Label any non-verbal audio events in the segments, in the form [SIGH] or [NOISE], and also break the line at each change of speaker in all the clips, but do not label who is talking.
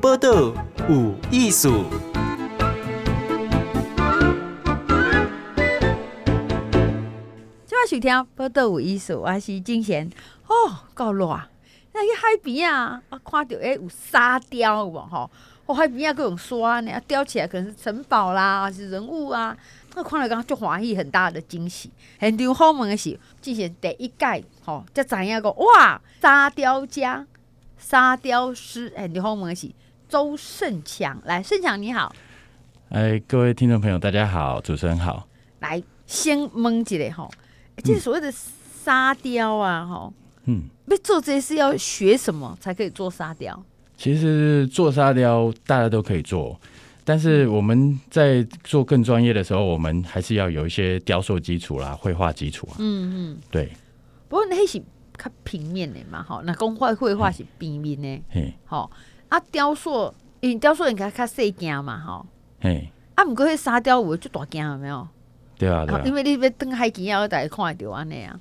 报道有艺术。
即摆收听报道有意思，我是金贤。哦，够热，那去海边啊，我看到诶有沙雕有无吼？哦，海边啊各种沙呢，啊雕起来可能是城堡啦，还是人物啊，那看了刚就欢喜，很大的惊喜。现场访问的是进行第一届吼，才知影讲哇，沙雕家、沙雕师，现场访问的是周盛强。来，盛强你好，
哎，各位听众朋友，大家好，主持人好。
来先问一下吼，诶这个所谓的沙雕啊，吼、
嗯，
要做这些是要学什么才可以做沙雕？
其实做沙雕大家都可以做，但是我们在做更专业的时候，我们还是要有一些雕塑基础啦、绘画基础啊。
嗯嗯，
对，
不过那是较平面的嘛，吼，那讲画绘画是平面的，
嘿，
吼、啊雕塑，因为雕塑应该较细件嘛，吼，
嘿，
啊毋过迄沙雕有就大件有没有？
对啊，对
啊
啊
因。为你要登海景要大家看得到安尼啊，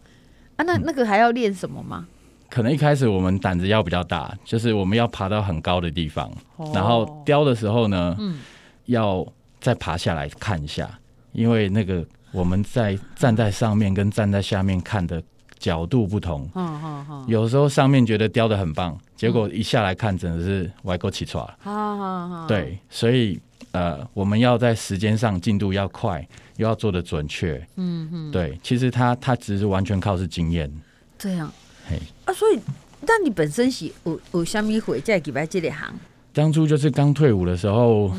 啊那那个还要练什么吗？
可能一开始我们胆子要比较大，就是我们要爬到很高的地方，
哦
然后雕的时候呢，
嗯
要再爬下来看一下，因为那个我们在站在上面跟站在下面看的角度不同，
嗯嗯嗯，
有时候上面觉得雕的很棒，结果一下来看真的是歪勾起爪了。
好好好，，
对，所以呃，我们要在时间上进度要快，又要做的准确。
嗯嗯，
对，其实它它只是完全靠是经验。
这样
嘿，
啊，所以那你本身是有有虾米会在入来这个行？
当初就是刚退伍的时候，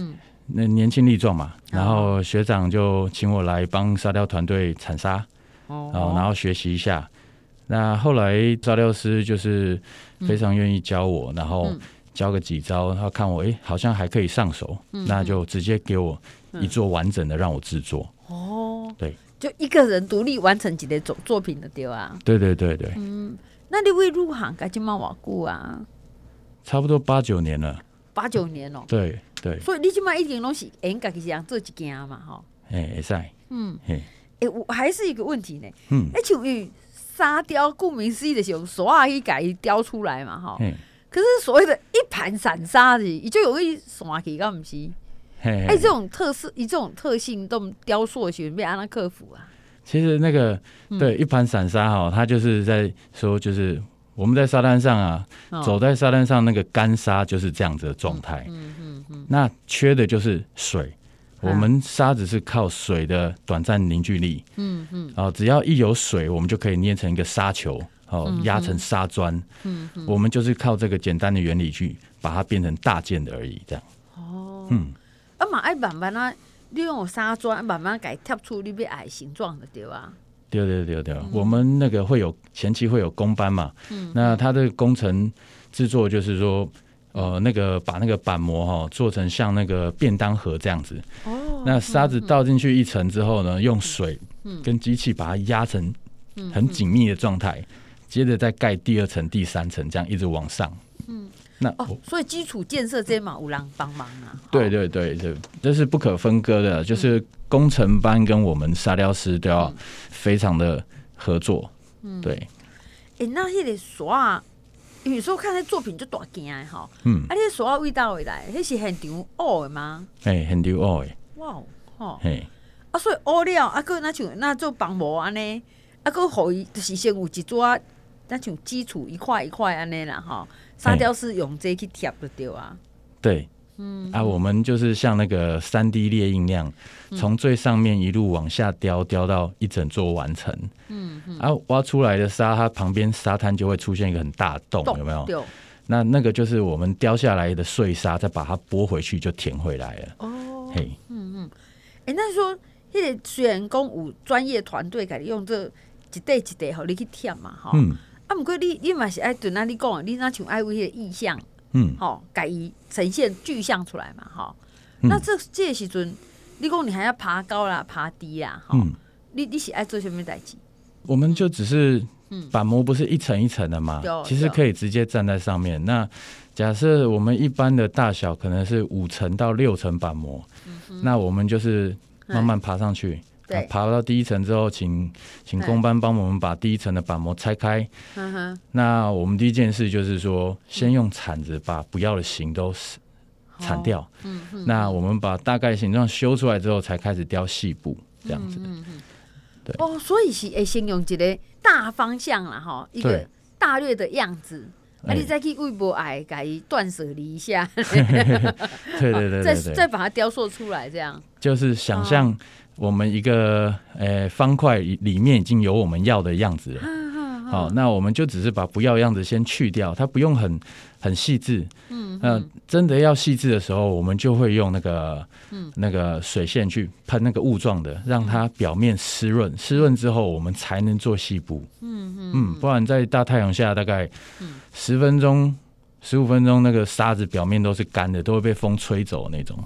那年轻力壮嘛，
嗯哦
然后学长就请我来帮沙雕团队铲沙，
哦
然后然后学习一下。那后来沙雕师就是非常愿意教我，然后
嗯
教个几招，他看我诶好像还可以上手，
嗯
那就直接给我一座完整的让我制作。
哦，
对，
就一个人独立完成一个作作品的对啊。
对对对对，
那你为入行该金嘛偌久啊？
差不多八九年了。
八九年咯、
对对，
所以你即嘛一定拢是因家己是人做一件嘛吼。
哎赛，
嗯，
嘿，
诶、我还是一个问题呢。
嗯
诶、像因为沙雕，顾名思义的是用手啊去改雕出来嘛吼。
嘿
可是所谓的一盘散沙的，伊就容易散去，敢毋是？
嘿
诶、
嘿
这。种特色，伊这种特性，这种雕塑的时候要安怎克服啊？
其实那个
嗯
对一盘散沙哈，它就是在说，就是我们在沙滩上啊，
哦
走在沙滩上那个干沙就是这样子的状态。
嗯嗯嗯，
那缺的就是水。
啊
我们沙子是靠水的短暂凝聚力，
嗯嗯，
哦，只要一有水，我们就可以捏成一个沙球，哦，
嗯
压成沙砖，嗯，我们就是靠这个简单的原理去把它变成大件的而已，这样，
哦，
嗯，
啊嘛爱慢慢啊，你用沙砖慢慢改贴出你要爱形状的对啊。
对对对
嗯
对，我们那个会有前期会有工班嘛，那它的工程制作就是说，呃，那个把那个板模哈、哦、做成像那个便当盒这样子，
哦，嗯
那沙子倒进去一层之后呢，用水跟机器把它压成
嗯
很紧密的状态，接着再盖第二层、第三层，这样一直往上。嗯，那
哦，所以基础建设这嘛有人帮忙啊。
对对对对，这是不可分割的，就是
嗯
工程班跟我们沙雕师都要非常的合作。
嗯
对，
诶、哎那迄个沙啊，因为有时候看那作品就大件的吼，
嗯
啊，，你沙啊味道会来，迄是现场挖的吗？
哎，很牛哦，哎，
哇哦，吼、
嘿，
啊，所以挖了啊，个那像那做房模安尼，啊，个互伊就是先有一撮，啊那像基础一块一块安尼啦吼，沙雕是用这去贴就对啊。
对，嗯，啊，我们就是像那个三 D 列印那样，从最上面一路往下雕，雕到一整座完成。嗯嗯，啊，挖出来的沙，它旁边沙滩就会出现一个很大的洞，哦有没有？
对，
那那个就是我们雕下来的碎沙，再把它拨回去就填回来了。
哦。
嘿，
哎、那说，迄、个虽然讲有专业团队，甲你用这一块一块，互你去贴嘛，吼、
嗯
啊，毋过你你嘛是爱对那你讲的，你那像爱为迄个意象，
嗯，
吼、甲伊呈现具象出来嘛，吼、
嗯
那这这个时阵，你讲你还要爬高啦、爬低啦，吼、
嗯
你你是爱做什么代志？
我们就只是
嗯
板模不是一层一层的吗
有？
其实
有
可以直接站在上面。那假设我们一般的大小可能是五层到六层板模，那我们就是慢慢爬上去。
嗯对
啊爬到第一层之后，请请
对
工班帮我们把第一层的板模拆开。
嗯哼，哦
那我们第一件事就是说，先用铲子把不要的形都铲掉。
嗯
那我们把大概形状修出来之后，才开始雕细部这样
嗯
子。
哦，所以是会先用一个大方向啦，吼，一个
对
大略的样子。啊，
哎
你再去微博爱，改断舍离一下，
对对对
再
对对，
再把它雕塑出来，这样。
就是想象我们一个呃方块里面已经有我们要的样子了。好，那我们就只是把不要的样子先去掉，它不用很很细致。嗯，那真的要细致的时候，我们就会用那个、那个水线去喷那个雾状的，让它表面湿润。湿润之后，我们才能做细部。嗯嗯，不然在大太阳下，大概十分钟、十五分钟，那个沙子表面都是干的，都会被风吹走那种。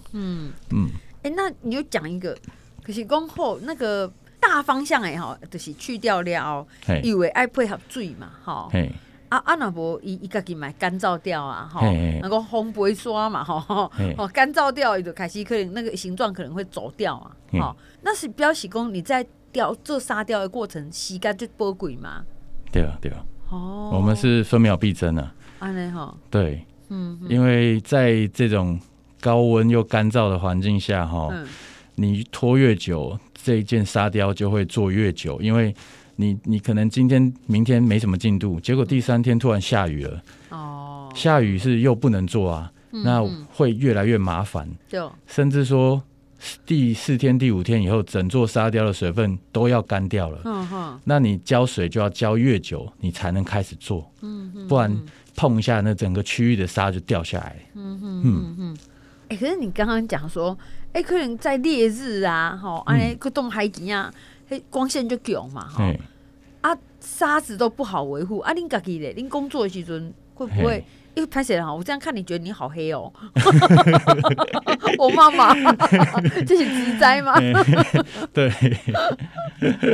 哎、那你就讲一个，可是讲后那个大方向诶，吼，就是去掉了后，
嘿，
以为爱配合水嘛，吼。
嘿，
啊啊，若无伊伊家己嘛干燥掉啊，吼，
嘿嘿
那个烘焙刷嘛，吼，吼
嘿，
哦，干燥掉伊就开始可能那个形状可能会走掉啊，
嗯
吼，那是表示讲你在雕做沙雕的过程时间就宝贵嘛，
对啊，对啊，
哦，
我们是分秒必争啊。
安尼吼，
对，
嗯
因为在这种高温又干燥的环境下，哈、
嗯
你拖越久，这一件沙雕就会做越久，因为你你可能今天明天没什么进度，结果第三天突然下雨了，
哦，
下雨是又不能做啊，那
嗯
会越来越麻烦，
对，
甚至说第四天、第五天以后，整座沙雕的水分都要干掉了。
嗯哼，
那你浇水就要浇越久，你才能开始做，
嗯
不然碰一下那整个区域的沙就掉下来。
哎、可是你刚刚讲说，哎、可能在烈日啊，吼，安尼去动海景啊，迄光线就强嘛，吼，
嗯嘿
啊，沙子都不好维护，啊，恁家己咧，恁工作的时阵会不会
嘿？
因为拍谁哈？我这样看你觉得你好黑哦， [LAUGHS] 我妈
[LAUGHS]
妈，这是职灾吗？
对， [LAUGHS]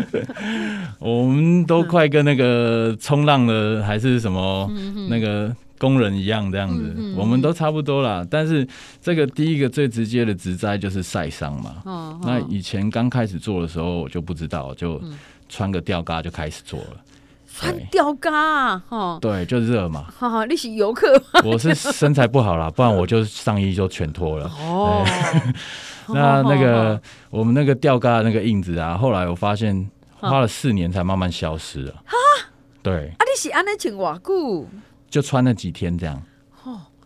我们都快跟那个冲浪的还是什么
嗯
那个工人一样这样子，我们都差不多啦。但是这个第一个最直接的职灾就是晒伤嘛。
哦，嗯
那以前刚开始做的时候，我就不知道，就穿个吊嘎就开始做了。
穿吊嘎啊，吼，
对，就热嘛。
哈哈，你是游客
我是身材不好啦，不然我就上衣就全脱了。
[LAUGHS] 哦，
那那
哦
个我们那个吊嘎的那个印子啊，后来我发现花了四年才慢慢消失啊。对，
啊，你是安尼穿偌久，
就穿了几天这样。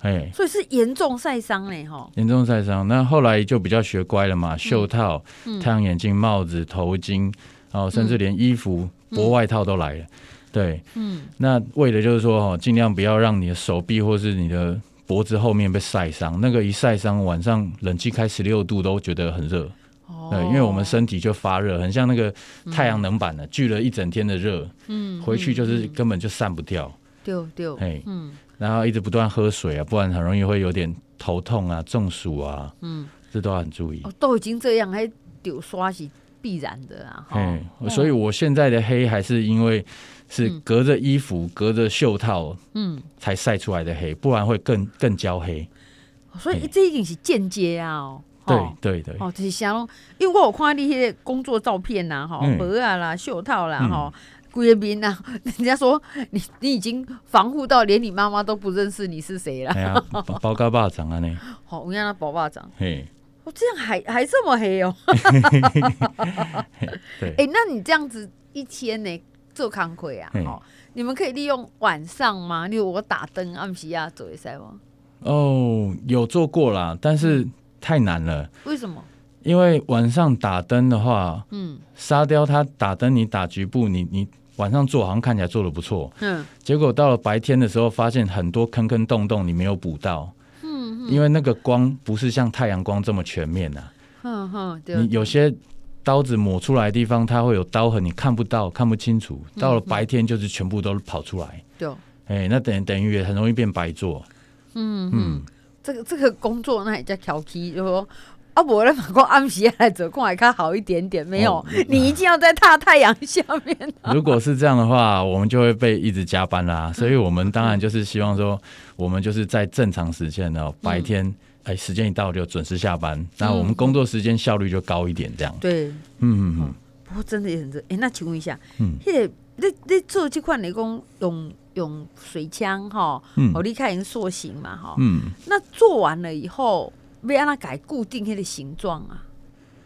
哎，
所以是严重晒伤嘞，吼，
严重晒伤。那后来就比较学乖了嘛，袖套、太阳眼镜、帽子、头巾，然后甚至连衣服、薄外套都来了。对，嗯，那为了就是说哦，尽量不要让你的手臂或是你的脖子后面被晒伤。那个一晒伤，晚上冷气开十六度都觉得很热。
哦
对，因为我们身体就发热，很像那个太阳能板的、啊聚了一整天的热，嗯，回去就是根本就散不掉，
对对，
嘿，
嗯
然后一直不断喝水啊，不然很容易会有点头痛啊、中暑啊，
嗯，
这都要很注意。
哦，都已经这样，还丢刷是必然的啊。吼
嘿，
哦
所以我现在的黑还是因为是隔着衣服、隔着袖套
嗯，
才晒出来的黑，不然会更更焦黑。
哦所以
嘿
这一定是间接啊哦。
对
吼
对对，
哦，就是啥拢，因为我有看你迄个工作照片呐、吼，
嗯
帽啊啦、袖套啦，
嗯
吼、规个面啊， [LAUGHS] 人家说你你已经防护到连你妈妈都不认识你是谁了，
哎呀，包包嘎巴掌啊呢，
吼、我让他宝爸长，
嘿，
我、这样还还这么黑哦， [LAUGHS]
对
哎、那你这样子一天呢做康亏啊，吼、
嗯
你们可以利用晚上吗？例如我打灯暗时啊，做一下吗？
哦，有做过啦，但是
嗯
太难了。
为什么？
因为晚上打灯的话，
嗯
沙雕它打灯，你打局部，你你晚上做好像看起来做的不错，
嗯
结果到了白天的时候，发现很多坑坑洞洞你没有补到。嗯，因为那个光不是像太阳光这么全面呐、
哼哼，对，
你有些刀子抹出来的地方，它会有刀痕，你看不到、看不清楚。到了白天就是全部都跑出来，
对。
哎、那等等于也很容易变白做。嗯嗯，
这个这个工作那也叫调皮，就说啊，我来反过暗时来走，过来看好一点点。没有，
哦
你一定要在大太阳下面。
如果是这样的话，我们就会被一直加班啦。所以我们当然就是希望说，我们就是在正常时间呢，白天哎、时间一到就准时下班，那我们工作时间效率就高一点，这样。
对，
嗯嗯嗯，
不过真的也很热。哎、那请问一下，
嗯
那个你你做这款雷公用用水枪哈，
嗯
哦，你看已经塑形嘛哈，
嗯，
那做完了以后，要安怎改固定迄个形状啊？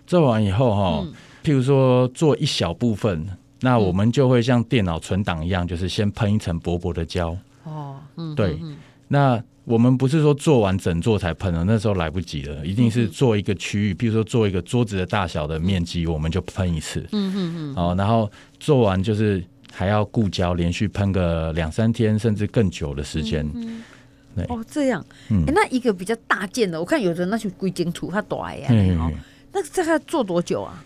做完以后哈、
嗯
譬如说做一小部分，那我们就会像电脑存档一样，就是先喷一层薄薄的胶。
哦，嗯，
对
嗯，
那我们不是说做完整座才喷了，那时候来不及
嗯
了，一定是做一个区域，譬如说做一个桌子的大小的面积，我们就喷一次。
嗯嗯嗯，
哦，然后做完就是还要固胶，连续喷个两三天甚至更久的时
嗯
间。
哦，这样，
嗯
诶那一个比较大件的，我看有的那是规整土它大呀，
嘿嘿
哦
嘿，
那这个要做多久啊？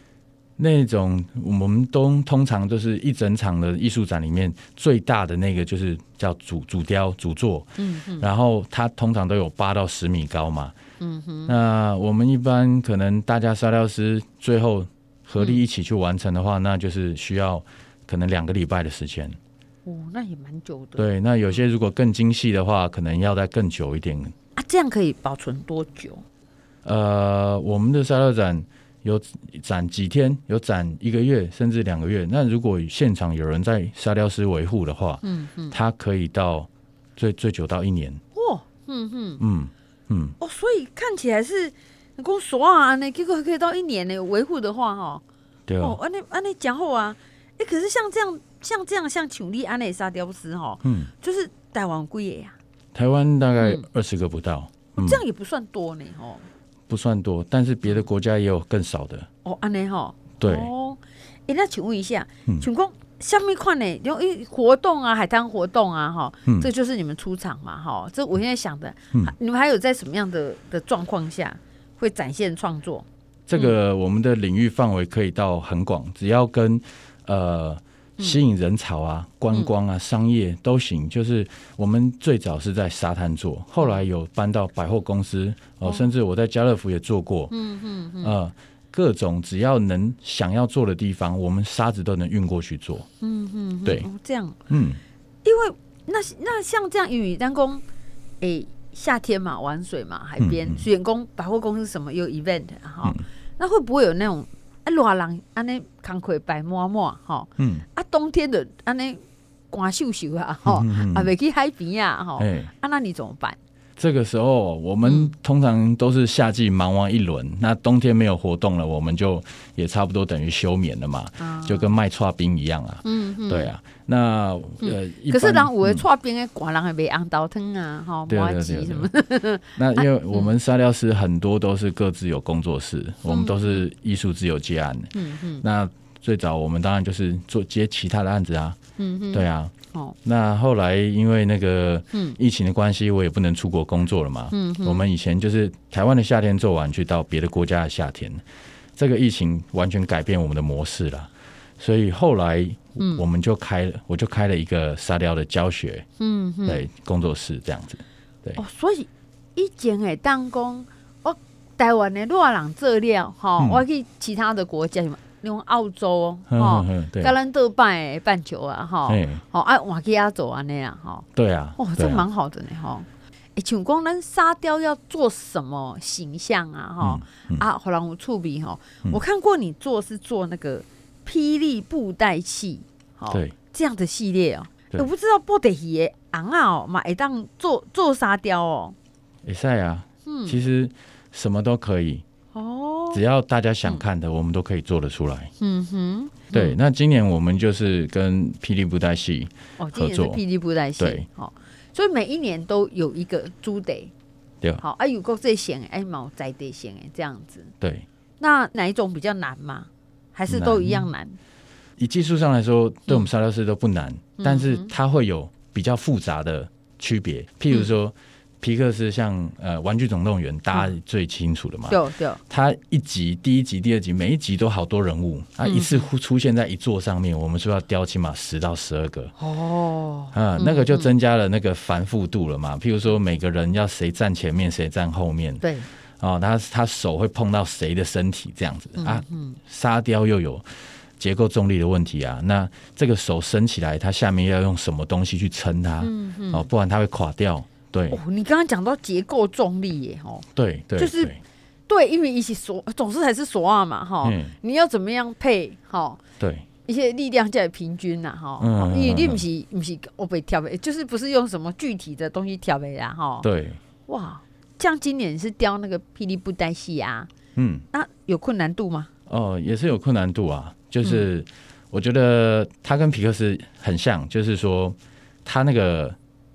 那种我们都通常就是一整场的艺术展里面最大的那个就是叫主主雕主座，
嗯
然后它通常都有八到十米高嘛，嗯哼，那我们一般可能大家沙雕师最后合力一起去完成的话，那就是需要可能两个礼拜的时间，
哦，那也蛮久的。
对，那有些如果更精细的话，可能要再更久一点，
啊，这样可以保存多久？
呃，我们的沙雕展有展几天，有展一个月甚至两个月。那如果现场有人在沙雕师维护的话，
嗯嗯，
他可以到最最久到一年。
哦，嗯嗯，
嗯嗯，
哦，所以看起来是你讲熟啊，安尼结果还可以到一年呢，维护的话哈，
对
哦
哦，，
安尼安尼讲好啊，哎、可是像这样像这样像琼丽安内沙雕师哈，
嗯，
就是台湾贵耶呀，
台湾大概
嗯
二十个不到，嗯
这样也不算多呢，哦，
不算多，但是别的国家也有更少的。
哦，安尼哈，
对，
哦，哎、那请问一下，
嗯
请问下面款呢？因为活动啊，海滩活动啊，哈、
嗯
这就是你们出场嘛，哈，这我现在想的，
嗯
你们还有在什么样的的状况下会展现创作？
这个
嗯
我们的领域范围可以到很广，只要跟呃
嗯
吸引人潮啊、观光啊、商业都行。就是我们最早是在沙滩做，后来有搬到百货公司哦，
哦
甚至我在家乐福也做过。
嗯嗯嗯
呃，各种只要能想要做的地方，我们沙子都能运过去做。
嗯嗯，
对
哦，这样，
嗯，
因为那那像这样因为咱讲，诶、夏天嘛，玩水嘛，海边
嗯嗯，
员工百货公司什么有 event 哈、那会不会有那种啊，热人安尼工课摆满满哈？
嗯，
啊，冬天的安尼干秀秀
[LAUGHS]
啊，吼，
嗯嗯嗯
啊，袂去海边啊，吼，
哎、
啊，那你怎么办？
这个时候我们
嗯
通常都是夏季忙完一轮，那冬天没有活动了，我们就也差不多等于休眠了嘛，就跟卖串冰一样
啊
啊。
嗯
对啊，那呃，一
可是
般
人有的
嗯
搓冰的寒人会袂红豆汤啊，吼，
对
麻
对
糬
对
什么，
对， [LAUGHS] 那因为我们沙雕师很多都是各自有工作室，我们都是艺术自由接案。
嗯嗯
那最早我们当然就是做接其他的案子啊，
嗯嗯，
对啊。
哦，
那后来因为那个
嗯
疫情的关系，我也不能出国工作了嘛。
嗯
我们以前就是台湾的夏天做完，去到别的国家的夏天，这个疫情完全改变我们的模式了。所以后来我们就开了，我就开了一个沙雕的教学
嗯嗯，
对工作室这样子。
哦，所以以前会当讲，我台湾的热人做了，吼，
嗯
我去其他的国家，那种澳洲，哦
嗯
吼
嗯， [LAUGHS] 嗯对
加咱倒半的半球啊，吼
哎，
吼，啊，换去遐做安尼啊，吼。
对啊，
哦，
对
这
啊
蛮好的呢吼。诶，请讲咱沙雕要做什么形象啊？哈、
嗯
啊，好让我触笔哈。我看过你做是做那个霹雳布袋戏，好、
对
这样的系列哦。
对
我不知道布袋戏的昂啊哦，嘛会当做做沙雕哦。
也赛啊，
嗯
其实什么都可以，
哦，
只要大家想看的，我们都可以做得出来。
嗯哼，
对，那今年我们就是跟霹雳布袋戏，
哦，今年是
合作
霹雳布袋戏
对，
好、所以每一年都有一个主题，
对
好、啊，有国际型的，哎，嘛有在地型的这样子。
对，
那哪一种比较难吗？还是都一样难？
以技术上来说，对我们沙雕师都不难，
嗯
但是它会有比较复杂的区别，譬如说。皮克斯像呃《玩具总动员》，大家最清楚的嘛。
嗯对哦对，
它一集、第一集、第二集，每一集都好多人物，它一次出出现在一座上面，我们说要雕起码十到十二个。
哦，
啊，那个就增加了那个繁复度了嘛。譬如说，每个人要谁站前面，谁站后面，
对，
哦，他他手会碰到谁的身体这样子
嗯
啊。沙雕又有结构重力的问题啊，那这个手伸起来，它下面要用什么东西去撑它？哦，不然它会垮掉。对
嗯哦，你刚刚讲到结构重力耶，哦，
对对，
就是
对
对，因为一起锁，总是还是锁啊嘛，哈
嗯，
你要怎么样配，哈，
对
一些力量才会平均呐，哈
嗯，
因为
嗯
你
嗯
不是不是我被挑的，就是不是用什么具体的东西挑的啦，哈，
对，
哇，像今年是雕那个霹雳布袋戏啊，
嗯，
那有困难度吗？
哦，也是有困难度啊。就是
嗯
我觉得它跟皮克斯很像，就是说它那个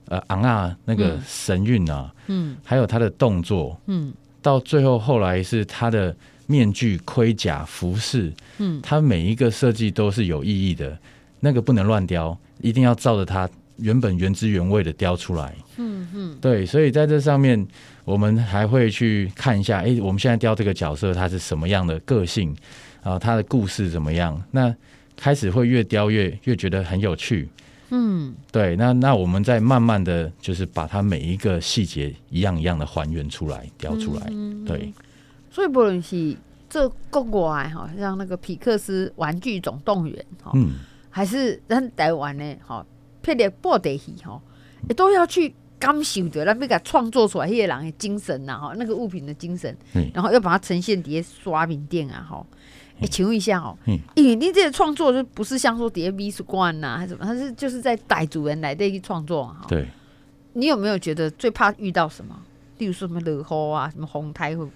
呃昂啊那个神韵啊，
嗯
还有它的动作，
嗯
到最后后来是它的面具、盔甲、服饰，
嗯
它每一个设计都是有意义的，那个不能乱雕，一定要照着它原本原汁原味的雕出来。
嗯嗯
对，所以在这上面，我们还会去看一下，诶，我们现在雕这个角色他是什么样的个性啊、他的故事怎么样？那开始会越雕越越觉得很有趣。
嗯，
对，那那我们再慢慢的就是把它每一个细节一样一样的还原出来，雕出来。对，
所以不论是这国外哈，像那个皮克斯《玩具总动员》哈，
嗯，
还是咱台湾的哈，霹雳布袋戏哈，也都要去。感受着咱要甲创作出来迄个人的精神呐、啊、吼，那个物品的精神，
对，
然后要把它呈现底下刷面店啊吼。哎、请问一下哦、
嗯
因为你这个创作就不是像说底下美术馆呐还是什么，它是就是在逮主人来这去创作嘛哈。
对。
你有没有觉得最怕遇到什么？例如说什么热雨啊，什么红台会不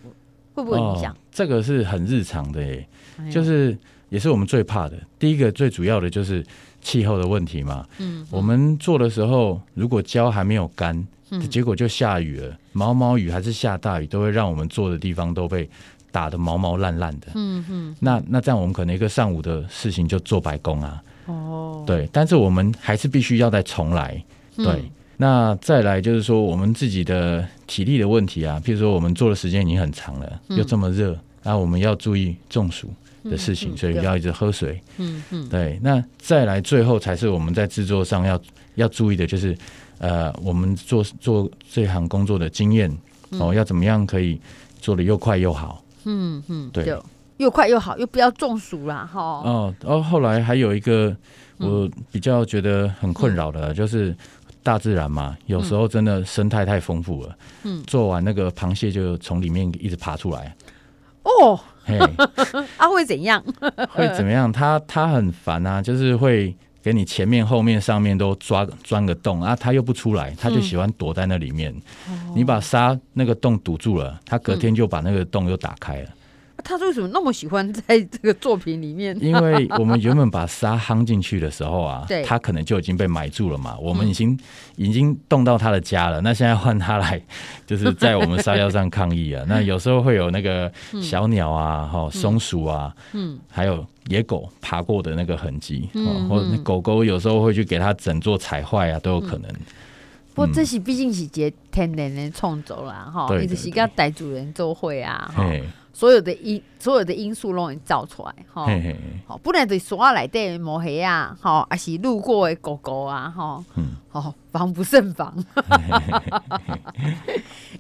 会不会影响
哦？这个是很日常的耶，
哎呀
哦就是也是我们最怕的。第一个最主要的就是气候的问题嘛。
嗯，
我们做的时候，如果胶还没有干，
嗯
结果就下雨了，毛毛雨还是下大雨，都会让我们做的地方都被打得毛毛烂烂的。
嗯嗯
那那这样我们可能一个上午的事情就做白工啊。
哦，
对，但是我们还是必须要再重来。
嗯
对，那再来就是说我们自己的体力的问题啊，譬如说我们做的时间已经很长了，又这么热，那我们要注意中暑的事情，
嗯嗯嗯
所以
对
要一直喝水。
嗯嗯
对，那再来最后才是我们在制作上要要注意的，就是呃，我们做做这行工作的经验哦，要怎么样可以做的又快又好。
嗯嗯，
对
就又快又好，又不要中暑啦哈。
哦，哦，后来还有一个我比较觉得很困扰的，就是大自然嘛，有时候真的生态太丰富了。
嗯
做完那个螃蟹就从里面一直爬出来，
哦，
嘿，
啊会怎样？ [LAUGHS]
会怎么样？它它很烦啊，就是会给你前面、后面、上面都抓钻个洞啊，它又不出来，它就喜欢躲在那里面。你把沙那个洞堵住了，它隔天就把那个洞又打开了。
他为什么那么喜欢在这个作品里面？
因为我们原本把沙夯进去的时候啊
对，嗯
它可能就已经被埋住了嘛。我们已经、已经动到它的家了，那现在换它来，就是在我们沙丘上抗议啊。那有时候会有那个小鸟啊、哈、松鼠啊，
嗯，
还有野狗爬过的那个痕迹，
嗯嗯
哦或者那狗狗有时候会去给它整座踩坏啊，都有可能。
不过这是毕竟是一个天然的创作啦哈，
对
一直
对
是
对
跟傣主人做会啊哈，
嘿
所有的因所有的因素拢会造出来哈。
嘿嘿，
吼，本来就是山内底的毛黑啊，吼，还是路过的狗狗啊，吼，
嗯
吼，防不胜
[LAUGHS]
防。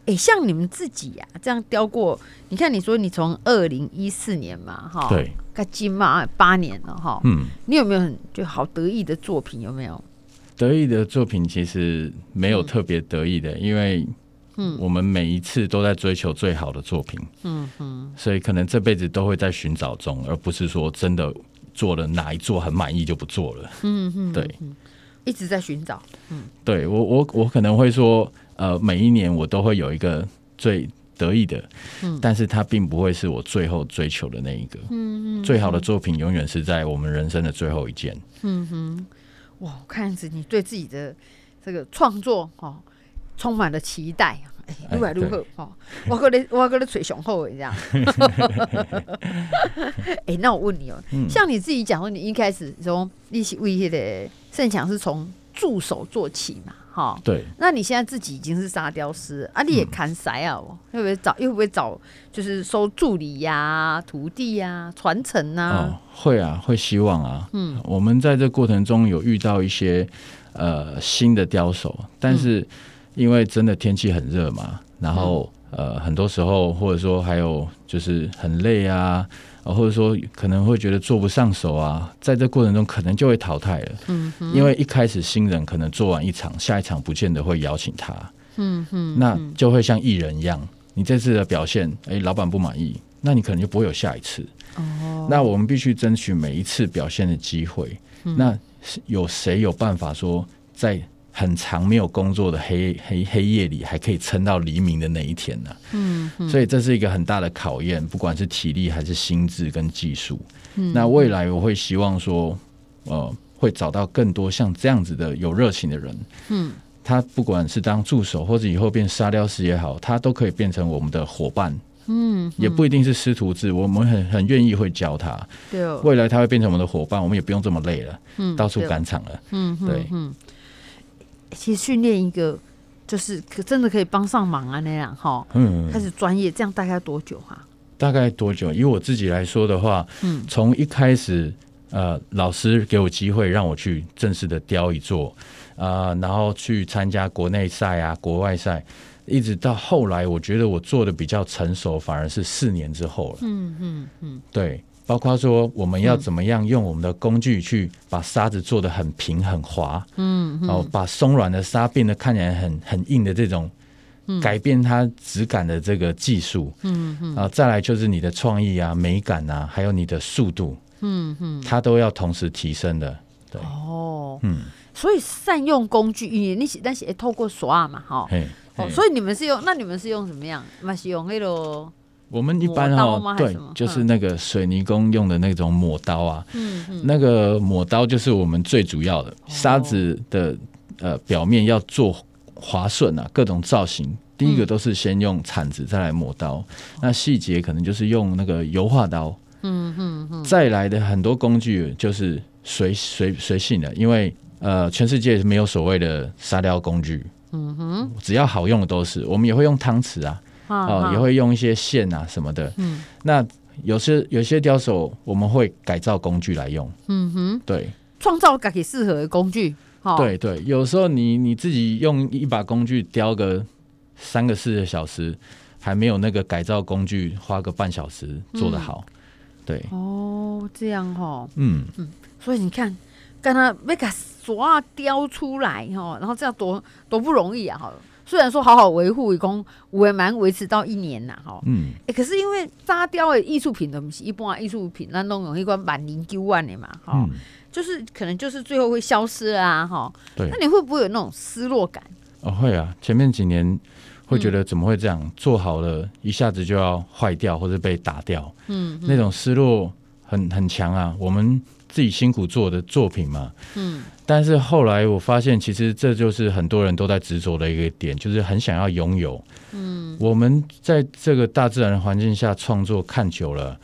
哎、像你们自己呀、啊，这样雕过，你看你说你从二零一四年嘛，哈，，
对，
到今嘛八年了哈，
嗯。
你有没有很就好得意的作品？有没有？
得意的作品其实没有特别得意的，
嗯
因为我们每一次都在追求最好的作品，
嗯嗯
所以可能这辈子都会在寻找中，而不是说真的做了哪一座很满意就不做了。
嗯嗯，
对，
一直在寻找。
对我我我可能会说，呃，每一年我都会有一个最得意的，但是它并不会是我最后追求的那一个。
嗯嗯
最好的作品永远是在我们人生的最后一件。
嗯哼，哇，我看样子你对自己的这个创作哦，充满了期待。哎，
哎
愈来愈好
对
哦！我搁咧，我搁咧吹雄厚的这样。 [LAUGHS] 哎、那我问你哦、
嗯
像你自己讲说，你一开始从利息威胁的盛强是从助手做起嘛，哈、
对，
那你现在自己已经是沙雕师啊，
嗯
你也砍柴啊、哦会不会找？又会不会找？就是收助理呀、徒弟呀、传承
哦
呐、，
会啊，会希望啊。嗯，我们在这过程中有遇到一些呃新的雕手，但是因为真的天气很热嘛，然后、呃很多时候或者说还有就是很累啊。呃或者说可能会觉得做不上手啊，在这过程中可能就会淘汰了。嗯，因为一开始新人可能做完一场，下一场不见得会邀请他。
嗯嗯
那就会像艺人一样，你这次的表现，哎、老板不满意，那你可能就不会有下一次。哦，那我们必须争嗯取每一次表现的机会。那是有谁有办法说在很长没有工作的黑黑黑夜里，还可以撑到黎明的那一天呢、嗯。所以这是一个很大的考验，不管是体力还是心智跟技术。那未来我会希望说，呃，会找到更多像这样子的有热情的人。嗯，他不管是当助手，或者以后变沙雕师也好，他都可以变成我们的伙伴。嗯，也不一定是师徒制，我们很很愿意会教他。
对哦，
未来他会变成我们的伙伴，我们也不用这么累了，
嗯
到处
对哦
赶场了。
嗯哼
对
哼，其实训练一个就是可真的可以帮上忙啊那样哈，
嗯，
开始专业，这样大概多久啊？
大概多久？以我自己来说的话，
嗯
从一开始，呃，老师给我机会让我去正式的雕一座，啊、然后去参加国内赛啊、国外赛，一直到后来，我觉得我做的比较成熟，反而是四年之后了。
嗯嗯嗯，
对，包括说我们要怎么样用我们的工具去把沙子做的很平很滑，嗯，然后把松软的沙变得看起来很很硬的这种。
嗯
改变它质感的这个技术，嗯嗯，啊，再来就是你的创意啊、美感啊，还有你的速度，
嗯嗯，
它都要同时提升的。对，
哦，
嗯，
所以善用工具，你那些那些透过刷嘛哈。
嘿，
哦，
嘿
所以你们是用，那你们是用什么样？嘛是用那个，
我们一般
磨刀吗
哦，
还是
对
什么，
就是
嗯
那个水泥工用的那种抹刀啊，
嗯嗯，
那个抹刀就是我们最主要的沙子
哦
的呃表面要做滑顺啊，各种造型。第一个都是先用铲子，再来抹刀。
嗯
那细节可能就是用那个油画刀，嗯嗯嗯。再来的很多工具就是随随随性的，因为呃，全世界没有所谓的沙雕工具，嗯哼，只要好用的都是。我们也会用汤匙啊，
啊
哦，也，会用一些线啊什么的。
嗯
那有些有些雕手我们会改造工具来用，
嗯哼，哦
对
创造自己适合的工具，哈，，
对对，有时候你你自己用一把工具雕个三个四个小时，还没有那个改造工具花个半小时做
嗯
得好，对，
哦，这样哈，
嗯，
所以你看，刚刚那个刷雕啊出来哈，然后这样多多不容易啊，哈。虽然说好好维护，一共我也蛮维持到一年呐，哈。
嗯，
欸，可是因为沙雕的艺术品都不是一般的艺术品，咱拢用一款万零九万的嘛，哈、
嗯
就是可能就是最后会消失啊，哈。
对
那，你会不会有那种失落感？
哦会啊，前面几年会觉得
嗯
怎么会这样，做好了一下子就要坏掉或者被打掉，
嗯
那种失落很很强啊。我们自己辛苦做的作品嘛，
嗯
但是后来我发现，其实这就是很多人都在执着的一个点，就是很想要拥有。嗯，我们在这个大自然的环境下创作看久了，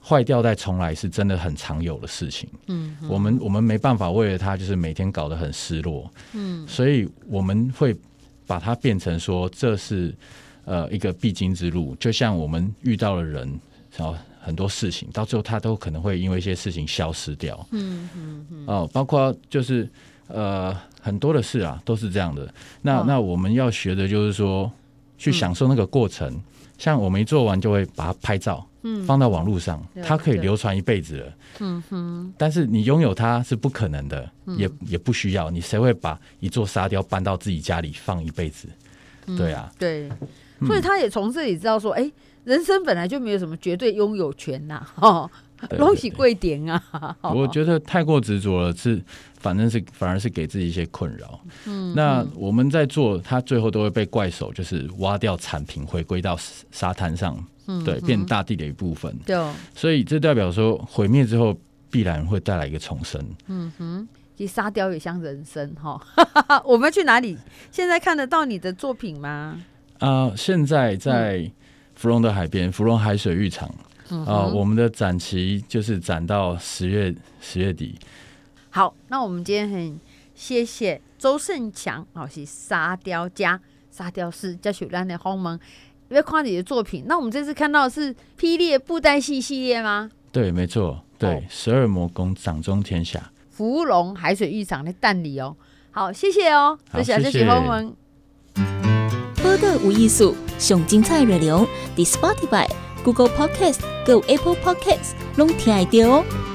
坏掉再重来是真的很常有的事情。
嗯
我们我们没办法为了它就是每天搞得很失落。
嗯，
所以我们会把它变成说这是呃一个必经之路，就像我们遇到了人，然后很多事情到最后它都可能会因为一些事情消失掉。
嗯嗯嗯，
哦，包括就是呃很多的事啊，都是这样的。那、
哦
那我们要学的就是说，去享受那个过程。像我们一做完就会把它拍照，嗯，放到网络上，
对
它可以
对
流传一辈子了。
嗯哼，嗯
但是你拥有它是不可能的，也也不需要。你谁会把一座沙雕搬到自己家里放一辈子？
嗯
对啊，
对，所以他也从这里知道说，哎、人生本来就没有什么绝对拥有权呐、哦，
对
拢
对
是
对
贵点啊，
我觉得太过执着了，是反正是反而是给自己一些困扰。嗯，那我们在做，它最后都会被怪手就是挖掉产品，回归到沙沙滩上，对，变大地的一部分。
对，
所以这代表说，毁灭之后必然会带来一个重生。
其实沙雕也像人生哈、 [LAUGHS] 我们去哪里？现在看得到你的作品吗？
啊、现在在芙蓉的海边，芙蓉海水浴场啊、我们的展期就是展到十月十月底。
好，那我们今天很谢谢周胜强，哦，是沙雕家、沙雕师，叫许兰的鸿蒙。因为看你的作品，那我们这次看到的是霹雳布袋戏系列吗？
对，没错，
哦
对，十二魔宫掌中天下。
芙蓉海水浴场的蛋里哦。好，谢谢哦，
好
这是
谢谢
这是鸿蒙。
播客无艺术，上精彩内容，伫 Spotify、Google Podcast、Go Apple Podcast 拢听得到哦。